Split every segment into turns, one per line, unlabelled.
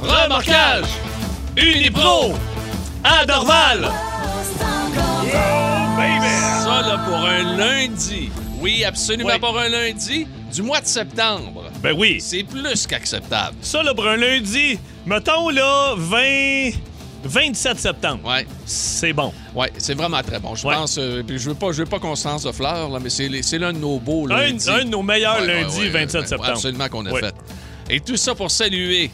remorquage, Unipro,
Ah,
à Dorval. Ça, là, pour un lundi. Oui, absolument
Ouais.
pour un lundi du mois de septembre.
Ben oui.
C'est plus qu'acceptable.
Ça, là, pour un lundi, mettons, là, 20... 27 septembre.
Ouais,
C'est bon.
ouais, c'est vraiment très bon. Je
Ouais.
pense, euh, puis je veux pas, je veux pas qu'on se lance de fleurs là, mais c'est les- c'est l'un de nos beaux
Un,
lundis.
un de nos meilleurs
Ouais, ouais,
lundis,
ouais,
27
ouais,
Ah, septembre.
Absolument qu'on a
Ouais.
fait. Et tout ça pour saluer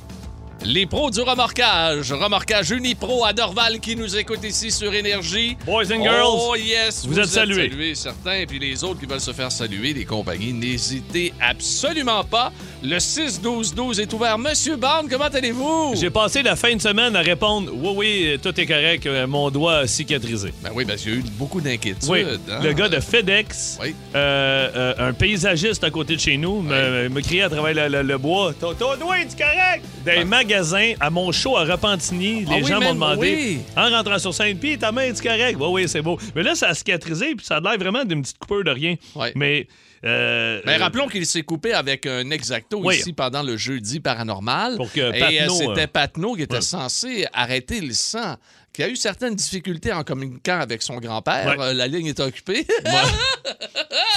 les pros du remorquage. Remorquage Unipro à Dorval qui nous écoute ici sur Énergie.
Boys and girls,
Oh yes,
vous êtes salués.
certains. Et puis les autres qui veulent se faire saluer, les compagnies, n'hésitez absolument pas. Le 6-12-12 est ouvert. Monsieur Barne, comment allez-vous?
J'ai passé la fin de semaine à répondre Oui, oui, euh, tout est correct, euh, mon doigt a cicatrisé.
Ben oui, parce qu'il y a eu beaucoup d'inquiétudes.
Oui,
hein.
le gars de FedEx,
Oui.
euh, euh, un paysagiste à côté de chez nous, me, me criait à travers le, le- le bois Ton ton doigt est correct Dans les
Ah.
magasins, à mon show à Repentigny,
Ah
les
oui,
gens m'ont
man,
demandé
oui.
En rentrant sur Sainte-Pie, ta main est correct Oui, oui, c'est beau. Mais là, ça a cicatrisé, puis ça a l'air vraiment d'une petite coupeur de rien.
Ouais.
Mais. euh,
Ben,
euh,
rappelons qu'il s'est coupé avec un exacto
Oui.
ici pendant le jeudi paranormal.
Pour que
Et euh,
Patnaud,
c'était
euh,
Patnaud qui était
ouais.
censé arrêter le sang, qui a eu certaines difficultés en communiquant avec son grand-père.
Ouais.
Euh, la ligne est occupée.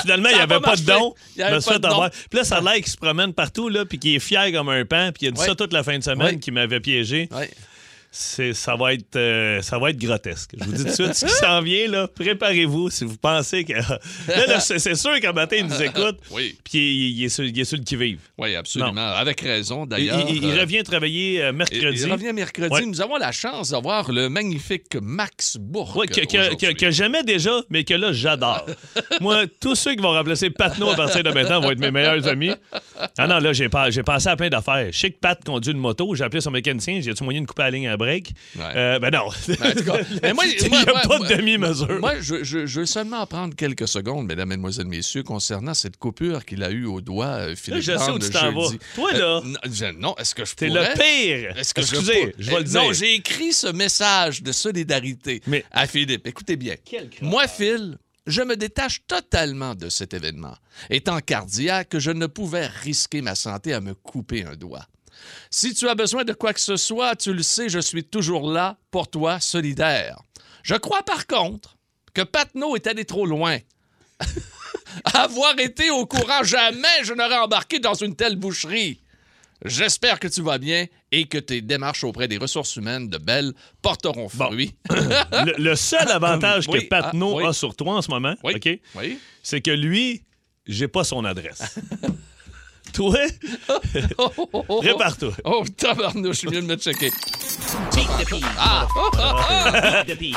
Finalement,
Ça
il n'y
a
avait
pas
pas de don.
marché. Il y avait
Je me suis
pas
fait
de don. Ah.
avoir. Puis là, ça a l'air qu'il se promène partout, là, puis qu'il est fier comme un pan, puis il a dit
Ouais.
ça toute la fin de semaine,
Ouais.
qui m'avait piégé.
Ouais.
C'est, ça, va être, euh, ça va être grotesque. Je vous dis tout de suite, ce qui s'en vient, là, préparez-vous si vous pensez que. Là, là, c'est, c'est sûr qu'un matin, il nous écoute,
Oui.
puis il, il est sur, il est sur le qui-vive.
Oui, absolument. Avec raison,
Il,
d'ailleurs.
il- il
Euh,
revient travailler euh,
il-
mercredi.
il revient mercredi.
Ouais.
Nous avons la chance d'avoir le magnifique Max Bourque.
Ouais, que, que, que,
aujourd'hui.
que j'aimais déjà, mais que là, j'adore. Moi, tous ceux qui vont remplacer Patno à partir de maintenant vont être mes meilleurs amis. Ah non, là, j'ai, pas, j'ai pensé à plein d'affaires. Je sais que Pat conduit une moto, j'ai appelé son mécanicien, j'ai-tu moyen de couper la ligne à break?
Ouais.
Euh, ben non.
en tout cas, mais moi,
Il n'y
moi,
a
moi,
pas
moi-
de demi-mesure.
Moi, je, je- je veux seulement prendre quelques secondes, mesdames, mesdemoiselles, messieurs, concernant cette coupure qu'il a eue au doigt, euh, Philippe
je sais
Barne,
où tu
le
t'en
jeudi.
vas. Toi, là.
Euh, non, je- non, est-ce que je
T'es
pourrais?
le pire.
Est-ce que
Excusez,
je, Eh,
je, vais le dire.
Non, j'ai écrit ce message de solidarité
Mais-
à Philippe. Écoutez bien.
Quel crâne.
Moi, Phil, je me détache totalement de cet événement. Étant cardiaque, je ne pouvais risquer ma santé à me couper un doigt. Si tu as besoin de quoi que ce soit, tu le sais, je suis toujours là, pour toi, solidaire. Je crois par contre que Patnaud est allé trop loin. Avoir été au courant, jamais je n'aurais embarqué dans une telle boucherie. J'espère que tu vas bien et que tes démarches auprès des ressources humaines de Belle porteront fruit.
Le, le seul avantage
Oui,
que Patno
ah, oui.
a sur toi en ce moment,
Oui.
OK,
Oui.
c'est que lui, j'ai pas son adresse. toi,
Oh, oh, oh, oh.
prépare-toi.
Oh, tabarnouche, je suis mieux de me checker.
Beat the beat, motherfucker. Beat the beat.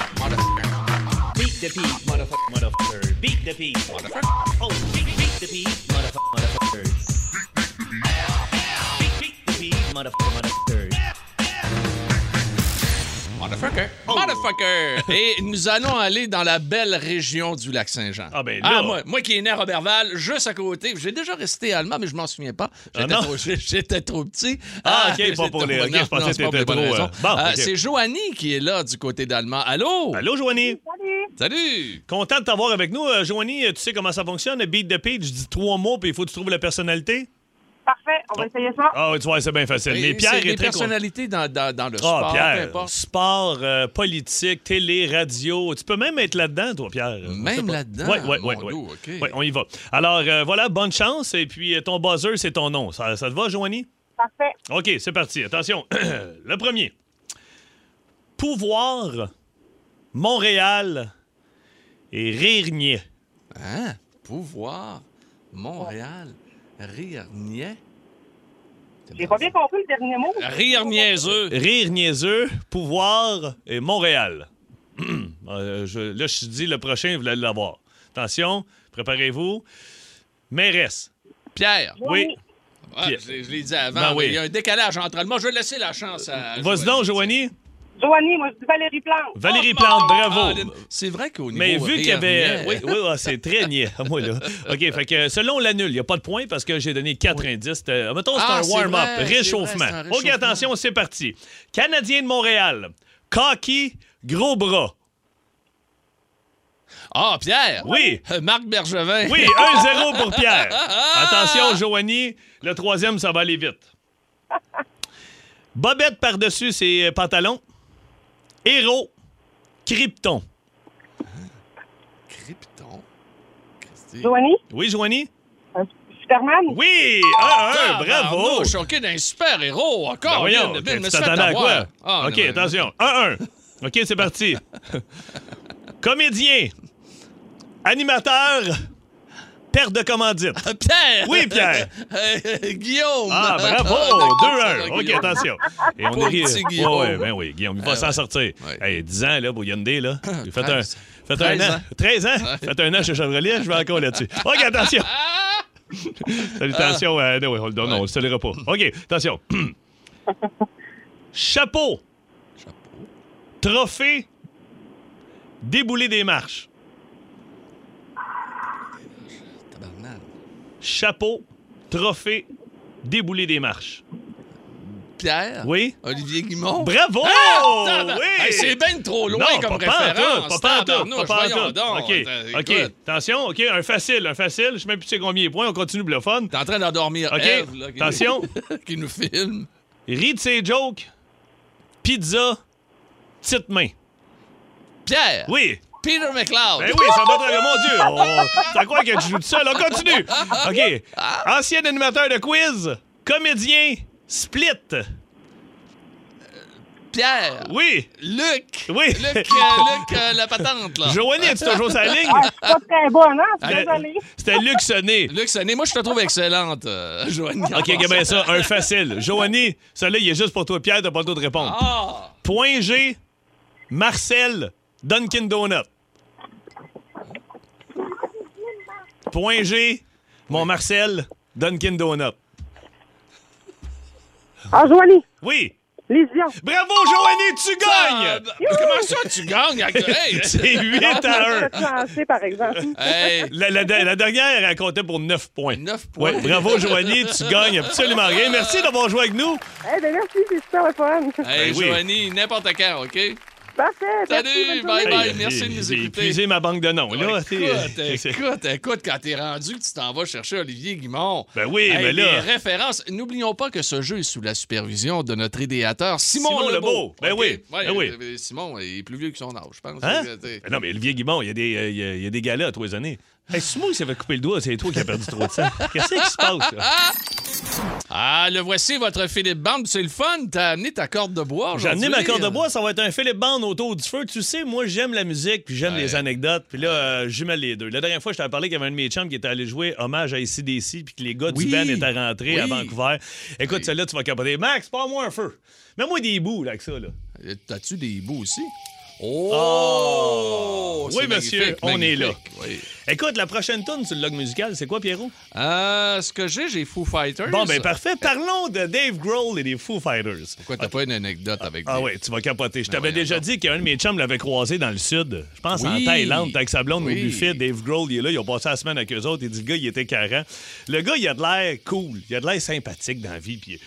Beat the beat, motherfucker. Motherfucker. Beat the beat, motherfucker. Oh, beat, beat the beat, motherfucker. Motherfucker. Beat, beat the beat, motherfucker. Motherfucker.
Motherfucker.
Oh.
Motherfucker. Et nous allons aller dans la belle région du lac Saint-Jean.
Ah, ben là.
moi, moi qui est né à Robertval, juste à côté. J'ai déjà resté allemand, mais je m'en souviens pas. J'étais,
Ah, non.
trop, j'étais trop petit.
Ah, ok,
j'étais
pas pour les-
trop-
ok,
non,
je pensais
non, c'est
que
pas
t'étais
pour les
trop,
bonnes
euh,
raisons.
bon,
Euh,
ok.
C'est Joanie qui est là du côté d'allemand. Allô?
Allô, Joanie?
Salut.
Content de t'avoir avec nous. Euh, Joanie, euh, tu sais comment ça fonctionne? Beat the page, je dis trois mots, puis il faut que tu trouves la personnalité.
Parfait,
Oh.
on va essayer ça.
Ah oui, tu vois, c'est bien facile. Mais
Et
Pierre
c'est
est,
des
très content.
personnalités dans, dans- dans le
Ah,
sport, peu
Pierre,
importe.
sport, euh, politique, télé, radio. Tu peux même être là-dedans, toi, Pierre.
Même
Je sais pas.
là-dedans?
Ouais, ouais,
Mon
ouais, ouais.
Dieu, OK.
Ouais, on y va. Alors, euh, voilà, bonne chance. Et puis, euh, ton buzzer, c'est ton nom. Ça, ça te va, Joanie?
Parfait.
OK, c'est parti. Attention. le premier. Pouvoir, Montréal et Rérigné.
Hein? Pouvoir, Montréal, rire niais.
J'ai pas bien compris le dernier mot.
Rire niaiseux.
Rire niaiseux, pouvoir et Montréal. Euh, je- là, je dis le prochain, vous allez l'avoir. Attention, préparez-vous. Mairesse.
Pierre.
Oui.
Ah,
Pierre.
je, l'ai- je l'ai dit avant,
Ben
mais
oui. Euh,
il y a un décalage entre le mot. Je vais laisser la chance à.
Vas-y donc, Joanie.
Joanie, moi je dis Valérie Plante.
Valérie Plante, bravo.
Oh, Ah, c'est vrai qu'au niveau.
Mais vu qu'il y avait.
rire-niais-
Oui, oui, ah, c'est très niais, à moi, là. OK, fait que selon l'annule, il n'y a pas de point parce que j'ai donné quatre indices. C'était- mettons, c'est
Ah,
un
c'est
warm-up,
vrai, c'est
réchauffement.
vrai, c'est un
OK,
réchauffement.
attention, c'est parti. Canadien de Montréal, cocky, gros bras.
Ah, Pierre.
Oui.
Euh, Marc Bergevin.
Oui, 1-0 pour Pierre. Attention, Joanie, le troisième, ça va aller vite. Bobette par-dessus ses pantalons. Héros. Krypton.
Krypton. Christy.
Ah. Joanie,
Oui, Joanie?
euh, Superman.
Oui! Un, un,
Ah,
bravo!
Je suis choqué d'un super héros.
Ben
Encore,
voyons,
Bill,
ok,
Bill,
tu
me suis fait
t'attendais à
avoir.
quoi?
Ah,
OK,
non, non,
attention. 1-1. OK, c'est parti. Comédien. Animateur. Perte de commandite.
non. Pierre!
Oui, Pierre.
Euh, Guillaume!
Ah, bravo!
D'accord, ça
2-1.
va,
OK,
Guillaume.
attention. Et on
Pauvre
est
petit
Ouais,
Guillaume.
ouais, ben oui, Guillaume, il va
Ah,
s'en
ouais.
sortir.
Ouais. Ah,
Hey, 10 ans, là, pour Hyundai, là. J'ai fait un.
Treize.
Fait un
Treize
an.
ans.
13 ans? Fait un an chez Chevrolet, je vais encore là-dessus. OK, attention!
Ah.
Salutations à. Non, on le donne, on le salera pas. OK, attention. Chapeau,
Chapeau.
trophée, déboulé des marches.
Tabarnak.
Chapeau, trophée, déboulé des marches.
Pierre?
Oui?
Olivier Guimont?
Bravo!
Ah, tabarnak.
oui!
Hey, c'est bien trop loin
non,
comme
pas pantoute,
référence.
Pas
Tabarnouche,
pantoute, pas
voyons
pantoute.
donc.
OK,
Euh,
OK.
écoute,
Attention, OK, un facile, un facile. Je sais même plus c'est combien de points, on continue pour le fun.
T'es en train d'endormir
OK,
Ève, là, qui-
attention.
qui nous filme.
Ris de ses jokes, pizza, petite main.
Pierre!
Oui!
Peter McLeod!
Ben oui, ça va très bien, mon Dieu! On... T'as quoi que tu joues tout seul? On continue! OK. Ancien animateur de quiz, comédien, split.
Pierre!
Oui!
Luc!
Oui.
Luc, euh, Luc, euh, la patente, là.
Joanie, est toujours sa ligne?
Ah, je suis pas très bonne, hein? Je suis
Euh,
désolée.
C'était Luc Sonné.
Luc Sonné, moi, je te trouve excellente, euh, Joanie.
OK,
Garçon.
OK, ben ça, un facile. Joanie, celui-là, il est juste pour toi, Pierre, t'as pas le droit de répondre.
Ah!
Point G, Marcel, Dunkin' Donut. Point G, mon Marcel, Dunkin' Donut.
Ah, Joanie,
Oui.
Lésion.
Bravo, Joanie, tu
Ah,
gagnes!
ben, Comment ça, tu gagnes? avec- Hey!
C'est 8 à 1.
Je chancée, par exemple.
Hey!
La, la- la dernière, elle comptait pour 9 points.
9 points.
Ouais, bravo, Joanie, tu gagnes absolument rien. Merci d'avoir joué avec nous.
Eh bien, merci, c'est super le fun.
Hey,
Ben oui.
Joanie, n'importe quand, OK?
Parfait.
Salut,
merci, bonne
bye
journée.
bye.
Hey,
Eh ben, merci de nous
j'ai
écouter.
épuisé ma banque de noms. là.
écoute,
C'est- c'est-
écoute, écoute, quand t'es rendu que tu t'en vas chercher Olivier Guimond.
Ben oui,
Hey,
mais là-
Les références. N'oublions pas que ce jeu est sous la supervision de notre idéateur, Simon,
Simon Lebeau.
Lebeau.
Ben
OK?
oui,
Ouais,
ben oui.
euh, Simon, il est plus vieux que son âge, je pense.
Hein?
Euh, t'es-
Ben non, mais Olivier Guimond, il y a des, euh, il y a- il y a des galas à tous les années. Hey, c'est moi qui s'avait coupé le doigt, c'est toi qui as perdu trop de temps. Qu'est-ce qui se passe? là?
Ah, le voici, votre Philippe Bande. C'est le fun. T'as amené ta corde de bois.
J'ai amené ma
aujourd'hui. hein?
corde de bois, ça va être un Philippe Bande autour du feu. Tu sais, moi, j'aime la musique, puis j'aime
Ouais.
les anecdotes, puis là, euh, jumelle les deux. La dernière fois, je t'avais parlé qu'il y avait un de mes chums qui était allé jouer hommage à ICDC, puis que les gars
Oui.
du band étaient rentrés à
Oui.
Vancouver. Écoute, celle-là, tu vas capoter. Max, pars-moi un feu. Mets-moi des bouts, là, avec ça, là.
Euh, T'as-tu des bouts aussi? Oh!
Ah! Oui,
c'est
monsieur,
magnifique,
on est là.
magnifique. Oui.
Écoute, la prochaine tune sur le log musical, c'est quoi, Pierrot?
Euh, ce que j'ai, j'ai Foo Fighters.
Bon, ben parfait. Parlons de Dave Grohl et des Foo Fighters.
Pourquoi t'as pas une anecdote avec
Ah
lui?
ouais, tu vas capoter. Je t'avais
voyons
déjà
donc.
dit qu'un de mes chums l'avait croisé dans le sud. Je pense en
Oui.
Thaïlande, avec sa blonde
Oui.
au buffet. Dave Grohl, il est là, ils ont passé la semaine avec eux autres. Il dit, le gars, il était carrant. Le gars, il a de l'air cool. Il a de l'air sympathique dans la vie. Puis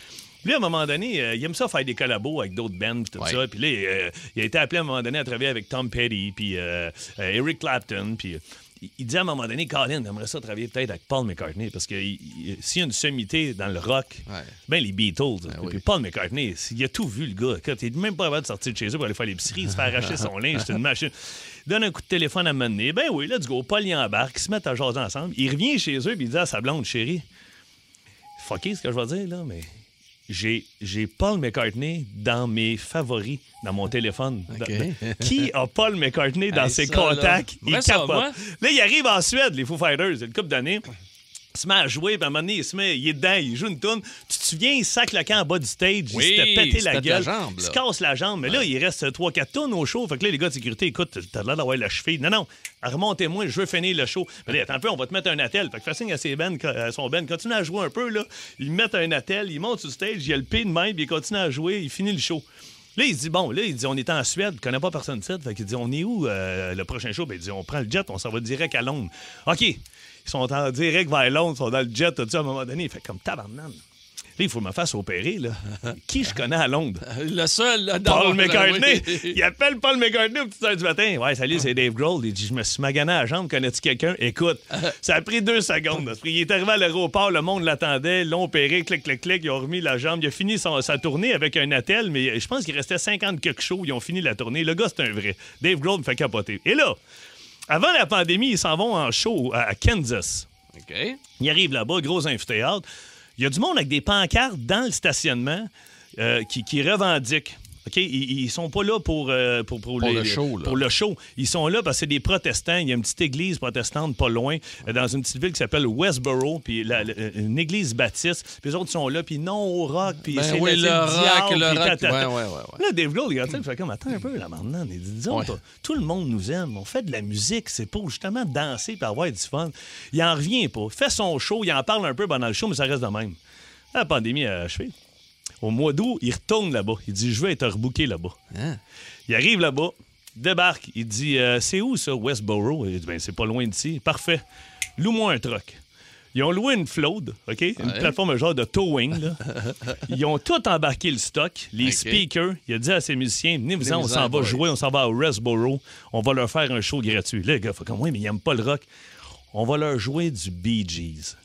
lui, à un moment donné, euh, il aime ça faire des collabos avec d'autres bands, puis tout
Ouais.
ça. Puis là, euh, il a été appelé à un moment donné à travailler avec Tom Petty, puis euh, euh, Eric Clapton, puis... euh, il- il dit à un moment donné, Colin, j'aimerais ça travailler peut-être avec Paul McCartney, parce que il- il- s'il y a une sommité dans le rock,
Ouais.
ben les Beatles.
oui.
Puis Paul McCartney, il a tout vu, le gars. Écoute, Il n'est même pas avant de sortir de chez eux pour aller faire l'épicerie, il se fait arracher son linge, c'est une machine. Donne un coup de téléphone à mener. Ben oui, let's go. Paul y embarque, ils se mettent à jaser ensemble. Il revient chez eux, puis il dit à sa blonde, chérie, fucké ce que je vais dire, là, mais j'ai, j'ai Paul McCartney dans mes favoris, dans mon téléphone.
OK.
Dans- qui a Paul McCartney dans
Hey,
ses
ça, là.
contacts?
Moi,
il
ça,
capote.
moi.
Là, il arrive en Suède, les Foo Fighters, il y a une couple d'années. Il se met à jouer, puis à un moment donné, il se met, il est dedans, il joue une tourne. Tu te souviens, il sac le camp en bas du stage,
Oui,
il s'était
il
pété
se
la
pète
gueule,
la jambe,
il se
là.
casse la jambe, mais là, il reste 3-4 tonnes au show. Fait que là, les gars de sécurité, écoute, t'as l'air d'avoir la cheville. Non, non, remontez-moi, je veux finir le show. Mais là, attends un peu, on va te mettre un attel. Fait que fais signe à, ses bands, à son ben, continue à jouer un peu, là. Ils mettent un attel, ils montent sur le stage, il a le pied de même, puis il continue à jouer, il finit le show. Là, il se dit, bon, là, il dit, on est en Suède, il connaît pas personne de Fait qu'il dit, on est où euh, le prochain show? Ben, il dit, on prend le jet, on s'en va direct à Londres. OK. Ils sont en direct vers Londres, ils sont dans le jet, tout ça, à un moment donné. Il fait comme tabarnane. il faut que je me fasse opérer, là. Qui je connais à Londres?
Le seul. là, dans-
Paul McCartney.
Oui.
Il appelle Paul McCartney aux petites heures du matin. Ouais, salut, c'est Dave Grohl. Il dit Je me suis magané à la jambe, connais-tu quelqu'un Écoute, ça a pris deux secondes. parce qu'il est arrivé à l'aéroport, le monde l'attendait, l'ont opéré, clic, clic, clic. Ils ont remis la jambe. Il a fini son- sa tournée avec un attel, mais je pense qu'il restait 50 quelque chose. Ils ont fini la tournée. Le gars, c'est un vrai. Dave Grohl me fait capoter. Et là, avant la pandémie, ils s'en vont en show à à Kansas.
OK.
Il arrive là-bas, gros amphithéâtre. Il y a du monde avec des pancartes dans le stationnement euh, qui, qui revendiquent. OK? Ils, ils sont pas là pour, euh, pour,
Pour le show, là.
pour le show. Ils sont là parce que c'est des protestants. Il y a une petite église protestante pas loin, euh, dans une petite ville qui s'appelle Westboro, puis la- la- une église baptiste. Puis les autres sont là, puis non au rock, puis
Ben
c'est
oui,
c'est
le rock,
diable,
le
puis
rock.
tatata.
Ouais, ouais, ouais,
Là, Dave Grohl, il regarde ça, il fait comme, attends un peu, là, maintenant, il dit, disons,
Ouais.
toi, tout le monde nous aime, on fait de la musique, c'est pour justement danser et avoir du fun. Il en revient pas. Il fait son show, il en parle un peu pendant le show, mais ça reste de même. La pandémie a achevé. Au mois d'août, il retourne là-bas. Il dit, je veux être rebooké là-bas.
Hein?
Il arrive là-bas, débarque, il dit euh, C'est où ça, Westboro Il dit ben, C'est pas loin d'ici. Parfait. Loue-moi un truck. Ils ont loué une flood, OK? Une plateforme un genre de towing, là. Ils ont tout embarqué le stock, les
OK.
speakers. Il a dit à ses musiciens, venez-vous-en, on
Venez-vous-en,
s'en va
boy.
jouer, on s'en va à Westboro, on va leur faire un show gratuit. Là, les gars, faut comme, oui, mais ils n'aiment pas le rock. On va leur jouer du Bee Gees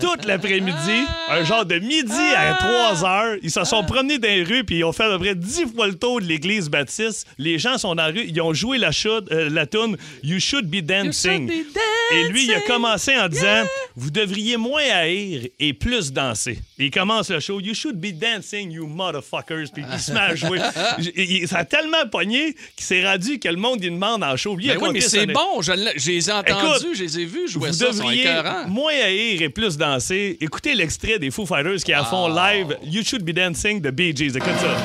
toute l'après-midi, un genre de midi à 3 heures. Ils se sont promenés dans les rues puis ils ont fait à peu près 10 fois le tour de l'église baptiste. Les gens sont dans la rue, ils ont joué la, chou- euh, la tune You Should Be Dancing.
You should be
Et lui, il a
dancing.
commencé en disant Vous devriez moins haïr et plus danser. Il commence le show You should be dancing, you motherfuckers. Puis il se met à jouer. J- il- ça a tellement pogné qu'il s'est rendu que le monde, il demande en show. Lui, il a
Ben oui, mais
compté
c'est
son-
bon. Je, l'ai- je les ai entendus,
Écoute,
je les ai vus jouer
vous
ça. Ils sont
devriez
écœurants.
moins haïr et plus danser. Écoutez l'extrait des Foo Fighters qui à font
Ah.
live You Should Be Dancing de Bee Gees. Écoute ça.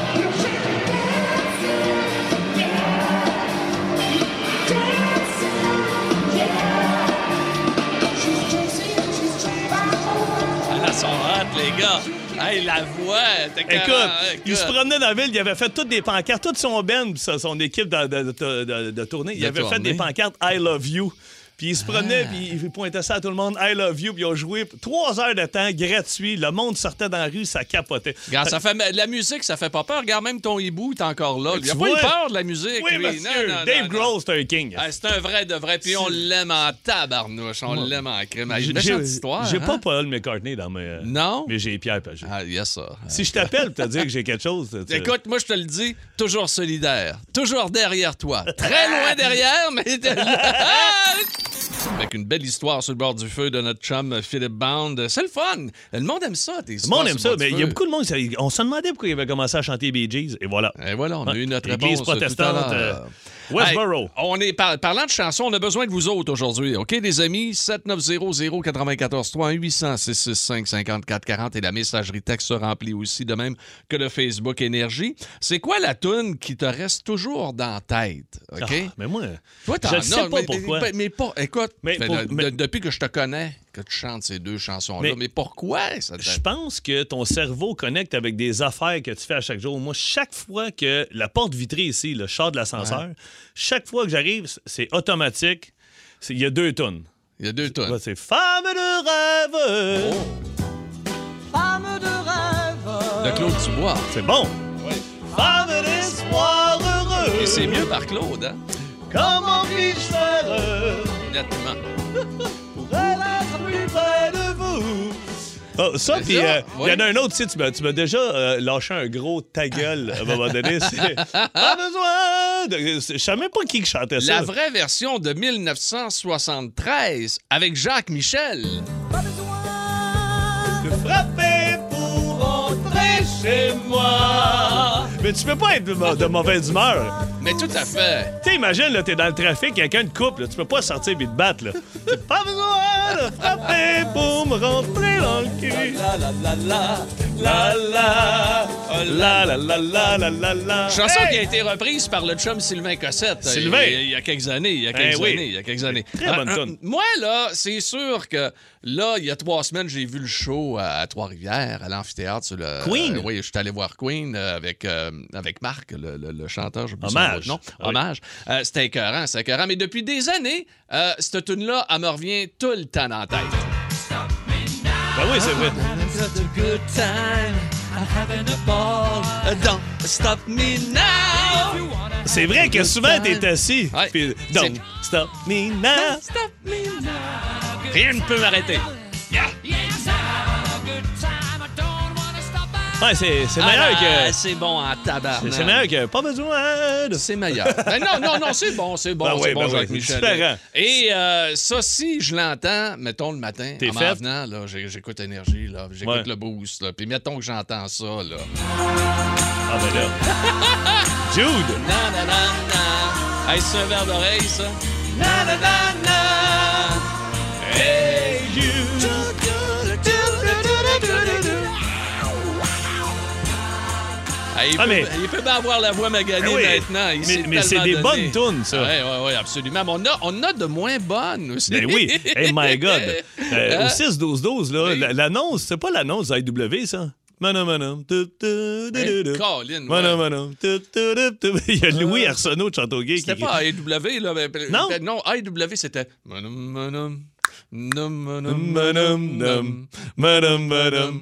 Ah, la sont hot, les gars. Hey, la voix. t'es carrément-
Écoute, il se promenait dans la ville, il avait fait toutes des pancartes, toute son band, puis sa- son équipe de, de- de- de- de tournée, il
De
avait fait
tournée. Ah.
des pancartes I love you. Puis il se promenait, puis il pointait ça à tout le monde, I love you, puis ils ont joué trois heures de temps gratuit. Le monde sortait dans la rue, ça capotait.
Regarde, ça fait, de la musique, ça fait pas peur. Regarde, même ton hibou est encore là. Il a
Tu
pas eu
vois?
peur de la musique.
Oui,
lui.
monsieur,
Non, non, non,
Dave
non.
Grohl, c'est un king.
Ah, c'est un vrai de vrai. Puis on l'aime en tabarnouche. On l'aime en crème. Ah,
J'ai-
Une méchante histoire.
J'ai
hein?
pas Paul McCartney dans mes.
Non?
Mais j'ai Pierre Pagé.
Ah, il y a ça.
Si je t'appelle pour te dire que j'ai quelque chose. tu-
Écoute, moi, je te le dis, toujours solidaire. Toujours derrière toi. Très loin derrière, mais... t'es là. Avec une belle histoire sur le bord du feu de notre chum Philippe Bond. C'est le fun. Le monde aime ça, tes
Le monde aime ça, mais il y a beaucoup de monde. qui s'est- On se demandait pourquoi il avait commencé à chanter Bee Gees, et voilà.
Et voilà, on a eu notre
Église
réponse
protestante.
tout à l'heure.
euh, Westboro.
Hey, on est par- parlant de chansons, on a besoin de vous autres aujourd'hui, OK, les amis? 7900-94-3, 800-665-5440 et la messagerie texte se remplit aussi, de même que le Facebook Énergie. C'est quoi la toune qui te reste toujours dans la tête, OK?
Ah, mais moi,
Toi, t'en
je
as,
ne sais pas
mais,
pourquoi.
Mais, mais pas, écoute,
Mais
fait
pour-
de- de-
mais-
depuis que je te connais, que tu chantes ces deux chansons-là, mais,
Mais-
pourquoi ça te...
Je pense que ton cerveau connecte avec des affaires que tu fais à chaque jour. Moi, chaque fois que la porte vitrée ici, le char de l'ascenseur, chaque fois que j'arrive, c'est automatique. C'est- Il y a deux tonnes.
Il y a deux
Là,
tonnes.
C'est Femme de
Oh.
rêve.
De Claude Dubois.
C'est bon. Femme d'espoir heureux.
Et c'est mieux par Claude, hein?
Comment puis-je faire heureux
Nettement.
pour être plus près de vous? Oh, ça, puis il
ça,
y en
oui.
a un autre, tu sais, tu m'as- tu m'as déjà euh, lâché un gros ta gueule à un moment donné. c'est Pas besoin! de- Je savais même pas qui que chantait ça.
La vraie version de 1973 avec Jacques Michel.
De frapper pour rentrer chez moi. Mais tu peux pas être de, mau- de mauvaise humeur.
Mais tout à fait.
T'imagines, là, t'es dans le trafic, quelqu'un te coupe, là, tu peux pas sortir et te battre, là. T'as pas besoin de frapper pour me rentrer dans le cul. La la la la la la la la la
Chanson
Hey!
qui a été reprise par le chum Sylvain Cossette. euh,
Sylvain.
Il, y a- il y a quelques années. Il y a quelques
Eh oui.
années. Il y a quelques années. Ah,
Très bonne tune.
moi, là, c'est sûr que là, il y a trois semaines, j'ai vu le show à, à Trois-Rivières, à l'amphithéâtre. sur le-
Queen?
Euh, oui, je suis allé voir Queen euh, avec, euh, avec Marc, le, le- le chanteur. j'oublie son
Hommage.
nom.
Ah oui.
Hommage. Euh, c'était écœurant, c'était écœurant. Mais depuis des années, euh, cette tune-là, elle me revient tout le temps dans la tête.
Ben oui, c'est vrai.
got a good time. I'm having a ball. Don't stop me now.
C'est vrai que souvent, t'es assis.
Ouais.
Puis, donc, stop me now.
Stop me now. Rien ne peut m'arrêter.
Ouais, c'est c'est meilleur
Ah,
que.
C'est bon en tabarnak.
C'est meilleur que. Pas besoin de.
C'est meilleur. Ben non, non, non, c'est bon, c'est bon,
Ben
c'est
oui,
bon,
ben oui,
Jacques
c'est
Michel.
différent.
Et euh, ça, si je l'entends, mettons le matin,
T'es
en m'en
fait?
venant, là, j'ai- j'écoute Énergie, là, j'écoute
Ouais.
le boost, là, puis mettons que j'entends ça, là.
Ah, ben là. Jude!
Na, na, na, na. Hey, c'est un verre d'oreille, ça? Na, na, na, na. Hey, you. Hey, il,
Ah,
peut,
mais-
il peut bien avoir la voix maganée
Ben oui.
maintenant. Il
Mais-
s'est
mais c'est
tellement
des
donné.
bonnes tunes, ça.
Oui, oui, oui, absolument. Mais on a, on a de moins bonnes aussi.
Ben oui! Hey, my God! Euh,
Hein?
Au 6-12-12, là,
Oui.
la- l'annonce, c'est pas l'annonce IW, ça? Manon, manon. tu, tu, du, du, du.
Colin, ouais.
Manon, manon. tu, tu, du, tu. Il y a Louis Arsenault de Châteauguay qui.
C'était pas AEW, là. mais- mais-
Non.
Non, AEW, c'était... Manum, manum, num, manum, num.
Madame, madame, madame, madame,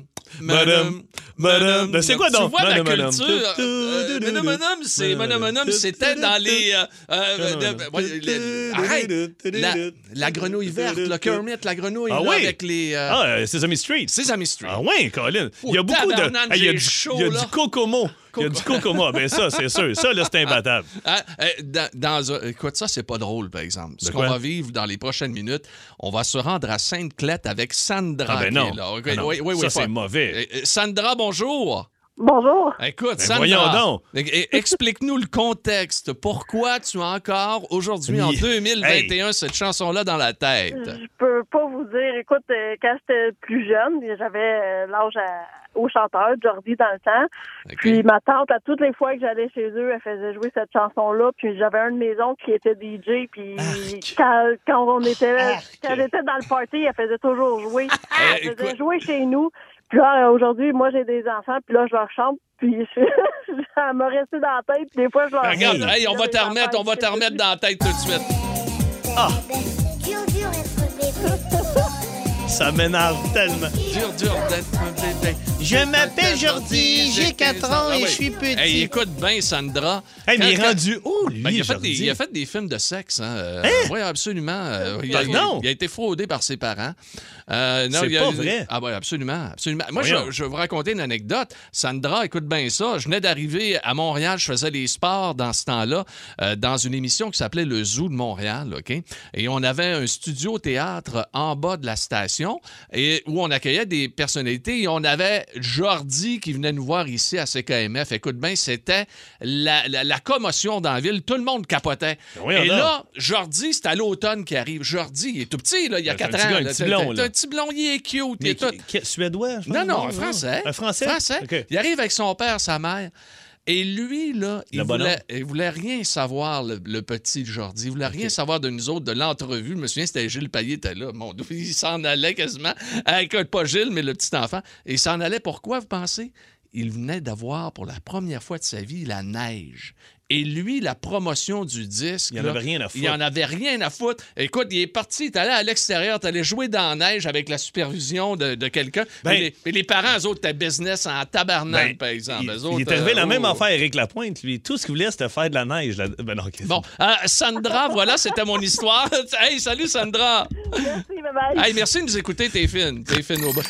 madame, madame. Ben, C'est quoi donc?
Tu vois la
Madame, madame.
culture.
Tu, tu,
euh,
du, du, du.
Madame, madame, c'est Madame, madame,
Tu,
c'était
tu,
dans
tu,
les. euh, euh,
Madame,
de-
madame.
ouais, les- Arrête! La, la grenouille verte, le Kermit, la grenouille
Ah
là,
oui?
avec les. euh,
Ah, euh, Sesame Street.
Sesame Street.
Ah ouais, Colin. Il y a
Oh,
beaucoup de.
tabarnak,
Hey, Il y a
j'ai
du,
chaud,
il y a
là.
du cocomo. Il y a du cocomo. Ben ça, c'est sûr. Ça, là, c'est imbattable.
Ah, euh, dans, dans un- écoute, ça, c'est pas drôle, par exemple. Ce
De
qu'on
quoi?
va vivre dans les prochaines minutes, on va se rendre à Sainte-Clette avec Sandra.
Ah ben
qui
non.
est là. Ok,
Ah non.
oui, oui, oui,
Ça,
pas-
c'est mauvais.
Euh, euh, Sandra, bonjour.
Bonjour.
Écoute,
Ben
Sandra.
voyons donc.
e- e- Explique-nous le contexte. Pourquoi tu as encore, aujourd'hui, en
Hey.
2021, cette chanson-là dans la tête?
Je peux pas vous dire. Écoute, euh, quand j'étais plus jeune, j'avais euh, l'âge à- au chanteur, Jordi, dans le temps.
Ok.
Puis ma tante, à toutes les fois que j'allais chez eux, elle faisait jouer cette chanson-là. Puis j'avais un de mes oncles qui était DJ. Puis quand, quand on était quand j'étais dans le party, elle faisait toujours jouer. Elle faisait
Euh, écoute.
jouer chez nous. Puis là, aujourd'hui, moi, j'ai des enfants. Puis là, je leur chante. Puis je... elle m'a resté dans la tête. puis Des fois, je leur
Regarde,
chante.
hey, on va t'en remettre, on va t'en remettre dans la tête tout de suite.
Dur, dur être bébé.
Ça m'énerve tellement.
Dur, dur d'être un bébé.
Je m'appelle Jordi, j'ai 4 ans et je suis petit.
Ah Hey, écoute bien, Sandra.
Hey, mais il
Eh, Quand-
est rendu haut, lui.
Ben, il, a fait des,
Jordi.
il a fait des films de sexe. Hein? Oui, absolument. Euh, il, a,
Pardon?
il a été fraudé par ses parents. Euh, non,
C'est
il a-
pas vrai.
Ah oui, absolument. absolument. Moi, je,
Voyons.
je vais vous raconter une anecdote. Sandra, écoute bien ça. Je venais d'arriver à Montréal. Je faisais des sports dans ce temps-là, euh, dans une émission qui s'appelait Le Zoo de Montréal. OK? Et on avait un studio-théâtre en bas de la station et, où on accueillait des personnalités. Et on avait Jordi qui venait nous voir ici à CKMF. Écoute bien, c'était la, la- la commotion dans la ville. Tout le monde capotait.
Oui,
et
alors.
là, Jordi, c'est à l'automne qui arrive. Jordi, il est tout petit, là, il y a
Ben, C'est un
4 ans.
petit gars, un
là.
petit
T'as-
blond,
t'as-
là.
t'as un petit blond, il est cute. il
Mais
est tout-
qui- qui- Suédois, je pense?
non, non, un Français.
Un Français? OK.
Il arrive avec son père, sa mère. Et lui, là, il
Le bonhomme.
voulait, il voulait rien savoir, le, le petit Jordi. Il voulait rien savoir de nous autres, de l'entrevue. Je me souviens, c'était Gilles Payet, était là. Mon Dieu, il s'en allait quasiment. Ah, Écoute, pas Gilles, mais le petit enfant. Et il s'en allait. Pourquoi, vous pensez? Il venait d'avoir, pour la première fois de sa vie, la neige. Et lui, la promotion du disque.
Il en
là,
avait rien à foutre.
Il en avait rien à foutre. Écoute, il est parti, t'es allé à l'extérieur, t'es allé jouer dans la neige avec la supervision de, de quelqu'un.
Ben-
Mais les, mais les parents, eux autres, étaient business en tabarnak,
Ben,
par exemple.
il,
Eux
il est
autres,
arrivé
euh,
la même
oh.
affaire à Éric Lapointe, lui. Tout ce qu'il voulait, c'était faire de la neige. là- Ben non, ok.
Bon, euh, Sandra, voilà, c'était mon histoire. hey, salut Sandra.
Merci, bye-bye.
Hey, merci de nous écouter, t'es fine. T'es fine au bout.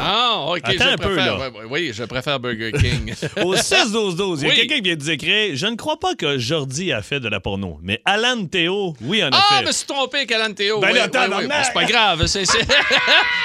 Ah, OK,
Attends
je
un peu,
préfère-
là. Oh,
ouais, ouais, Oui, je préfère Burger King. Ah,
Au 6-12-12, il y a
Oui.
quelqu'un qui vient de nous écrire Je ne crois pas que Jordi a fait de la porno, mais Alan Théo, oui, en
Ah,
effet.
me suis trompé, Calantéo.
Ben
oui,
là, attends,
oui, oui.
non,
C'est pas grave. C'est c'est-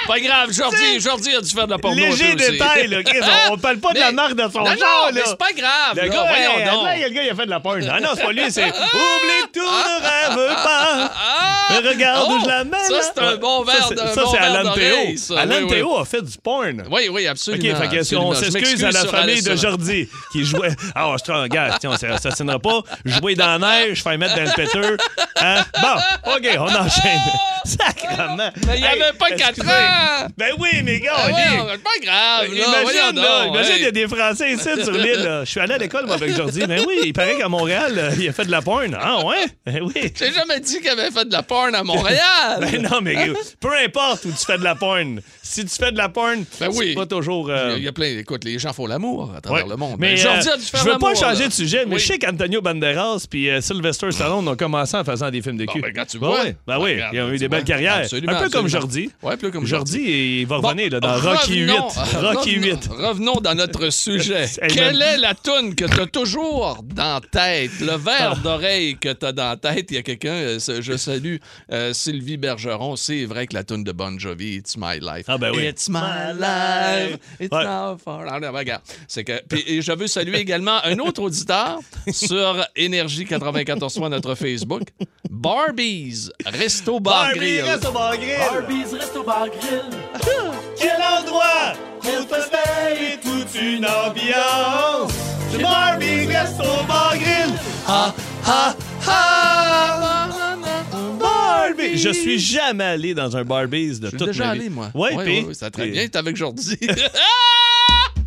pas grave. Jordi, Jordi a dû faire de la porno.
Léger
lui aussi. Ah!
détail, là, Chris, on, on parle pas de
Mais-
la marque de son
non,
genre,
non, mais
là.
c'est pas grave.
Le
là,
gars,
voyons
hey,
donc.
hey, le gars, il a fait de la porno. Ah non, c'est pas lui, c'est Oublie tout, ne rêve pas.
Ah!
Mais regarde
Oh!
où je la mets.
Ça,
là.
c'est un bon
Ça,
verre
c'est-
de-
Ça,
bon
c'est
verre
Alan
d'oreille,
Théo.
ça. Oui,
Alan
oui.
Théo a fait du porn.
Oui, oui,
OK,
absolument.
fait que si
absolument.
on
Je
s'excuse
m'excuse
à la
sur
famille de
Alessandra.
Jordi qui jouait. Ah, je te regarde, tiens, ça, ça, fascinera pas. Jouer dans la neige, faire mettre dans le péteur. Hein? Bon, OK, on enchaîne. Sacrement.
Ah! Mais il n'y
Hey,
avait pas quatre
excusez.
ans!
Ben oui, mais gars,
Ah
on est-
voyons, c'est pas grave, là. voyons
Imagine, là,
donc,
imagine,
hey.
il y a des Français ici sur l'île. là. Je suis allé à l'école, moi, avec Jordi. Mais oui, il paraît qu'à Montréal, euh, il a fait de la porn. Ah, ouais? Ben oui.
J'ai jamais dit qu'il avait fait de la porn à Montréal!
Ben non, mais
Hein?
peu importe où tu fais de la porn. Si tu fais de la porn,
Ben oui.
c'est pas toujours.
Il y
euh,
a- Il y a plein. Écoute, les gens font l'amour à travers
ouais.
le monde. Ben,
Mais
Jordi
euh,
a dû faire
je veux pas
l'amour,
changer
là.
de sujet, mais
Oui.
je sais qu'Antonio Banderas puis euh, Sylvester Stallone ont commencé en faisant des films de
Bon,
cul.
ben, quand tu
Ben
vois.
oui, ben
Ben,
oui,
regarde,
ils ont eu
tu
des
vois.
belles carrières.
Absolument,
un peu comme
absolument.
Jordi.
Ouais, un peu comme
Jordi,
Jordi.
il va
Bon,
revenir là, dans Rocky 8.
revenons-
Rocky
revenons-
8.
Revenons dans notre sujet.
Hey,
Quelle
man.
est la toune que t'as toujours dans tête? Le verre
Ah.
d'oreille que t'as dans tête, il y a quelqu'un, euh, ce- je salue euh, Sylvie Bergeron, c'est vrai que la toune de Bon Jovi, It's My Life.
Ah, ben oui.
It's My Life, It's
Ouais.
Now for... Ah, non, regarde, c'est que... Puis, et je veux saluer également un autre auditeur sur Énergie 94 fois notre Facebook, Barbies, Resto Bar
Barbie,
Grill.
reste au bar grill.
Arby's Resto Bar Grill.
Quel endroit pour te faire toute une ambiance. Chez Barbie, reste au bar grill. Ah, ah, ah. Barbie. Je suis jamais allé dans un Barbies de
Je
toute
suis déjà
ma vie.
allé, moi.
Ouais,
ouais,
puis-
ouais, ça a très
puis-
bien. T'es avec Jordi. Ah!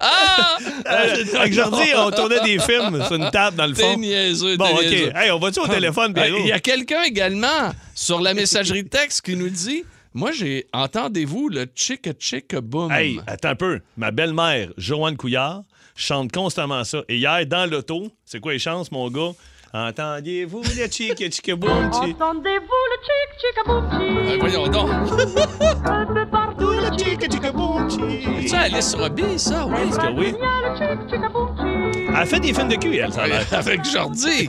ah!
Euh, Avec Jordi, on tournait des films sur une table dans le
T'es
fond.
niaiseux,
Bon,
t'es
OK.
niaiseux.
Hey, on va-tu au téléphone,
Ah,
Pierrot?
Il y a quelqu'un également sur la messagerie texte qui nous dit Moi, j'ai. Entendez-vous le chick chick boom
Hey, attends un peu. Ma belle-mère, Joanne Couillard, chante constamment ça. Et hier, dans l'auto, c'est quoi les chances, mon gars? Entendiez-vous le chic chic boum chi-
Entendez-vous le chic chic
Ben, voyons donc.
Un peu partout le chic
C'est Alice Robbie, ça, oui.
que oui.
le chic chic
Elle fait des films de cul, elle, ça a l'air.
Avec Jordi.
Hey,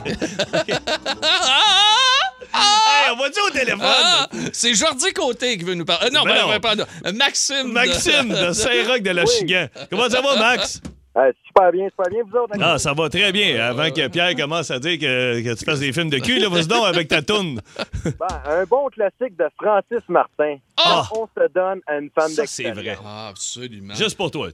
on va-tu au téléphone?
Ah! c'est Jordi Côté qui veut nous parler. Euh, non,
Ben
ben,
non.
ben, pardon. Euh, Maxime. de-
Maxime de Saint-Roch de la Chigan. Comment ça va, Max?
Euh, super bien, super bien, vous autres. hein?
Ah, ça va très bien. Avant que Pierre commence à dire que, que tu fasses des films de cul, là, vas-y donc avec ta toune.
Bon, un bon classique de Francis Martin.
Ah!
On se donne à une femme
Ça, c'est vrai.
d'extérieur.
Ah, absolument.
Juste pour toi.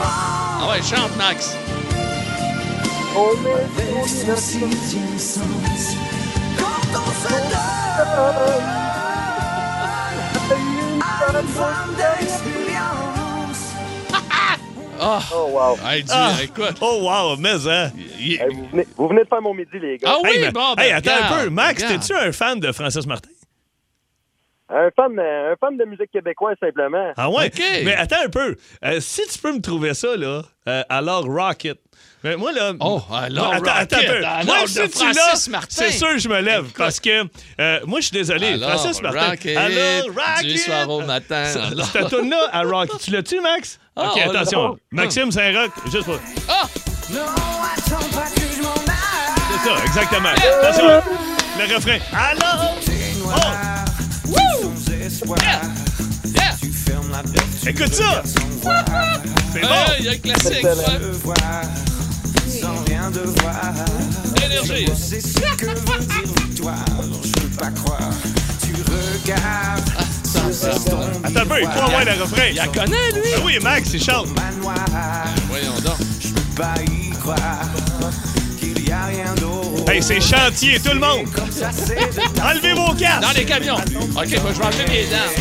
Ah ouais, chante, Max.
On est- on est
Ah!
Oh, wow.
Hey, dis,
Ah.
écoute.
Oh, wow, mais hein.
il- il-
Hey, vous, venez, vous venez de faire mon midi, les gars.
Ah oui,
Hey, mais-
bon, ben,
hey, attends un
regarde,
peu. Max,
regarde.
t'es-tu un fan de Francis Martin?
Un, fan, euh, un fan de musique québécoise, simplement.
Ah ouais?
OK.
Mais attends un peu. Euh, si tu peux me trouver ça, là, euh, alors Rocket. Mais moi, là.
Oh, alors
Moi,
Rocket,
attends, attends un peu.
alors
Moi,
de
si tu
Francis
l'as,
Martin.
c'est sûr que je me lève.
Écoute.
Parce que euh, moi, je suis désolé.
Alors,
Francis Martin.
Rocket,
alors
du
Rocket.
soir au matin.
Ça-
Alors.
Cette tourne-là à Rocket. Tu l'as-tu, Max?
Ah,
OK,
on l'a.
attention.
Oh.
Maxime Saint-Roch, juste pour.
Ah!
C'est ça, exactement. Attention. Le refrain. Alors. Oh,
Yeah!
écoute ça. C'est bon.
Hey, il y a le classique, ouais. L'énergie.
Attends un peu. Il faut avoir le refrain.
Il la connaît, lui.
Ah oui, Max, il chante.
Voyons donc.
Hey, c'est chantier, tout le monde! Enlevez vos
Dans
casques!
les camions. OK, moi, je vais enlever mes dents.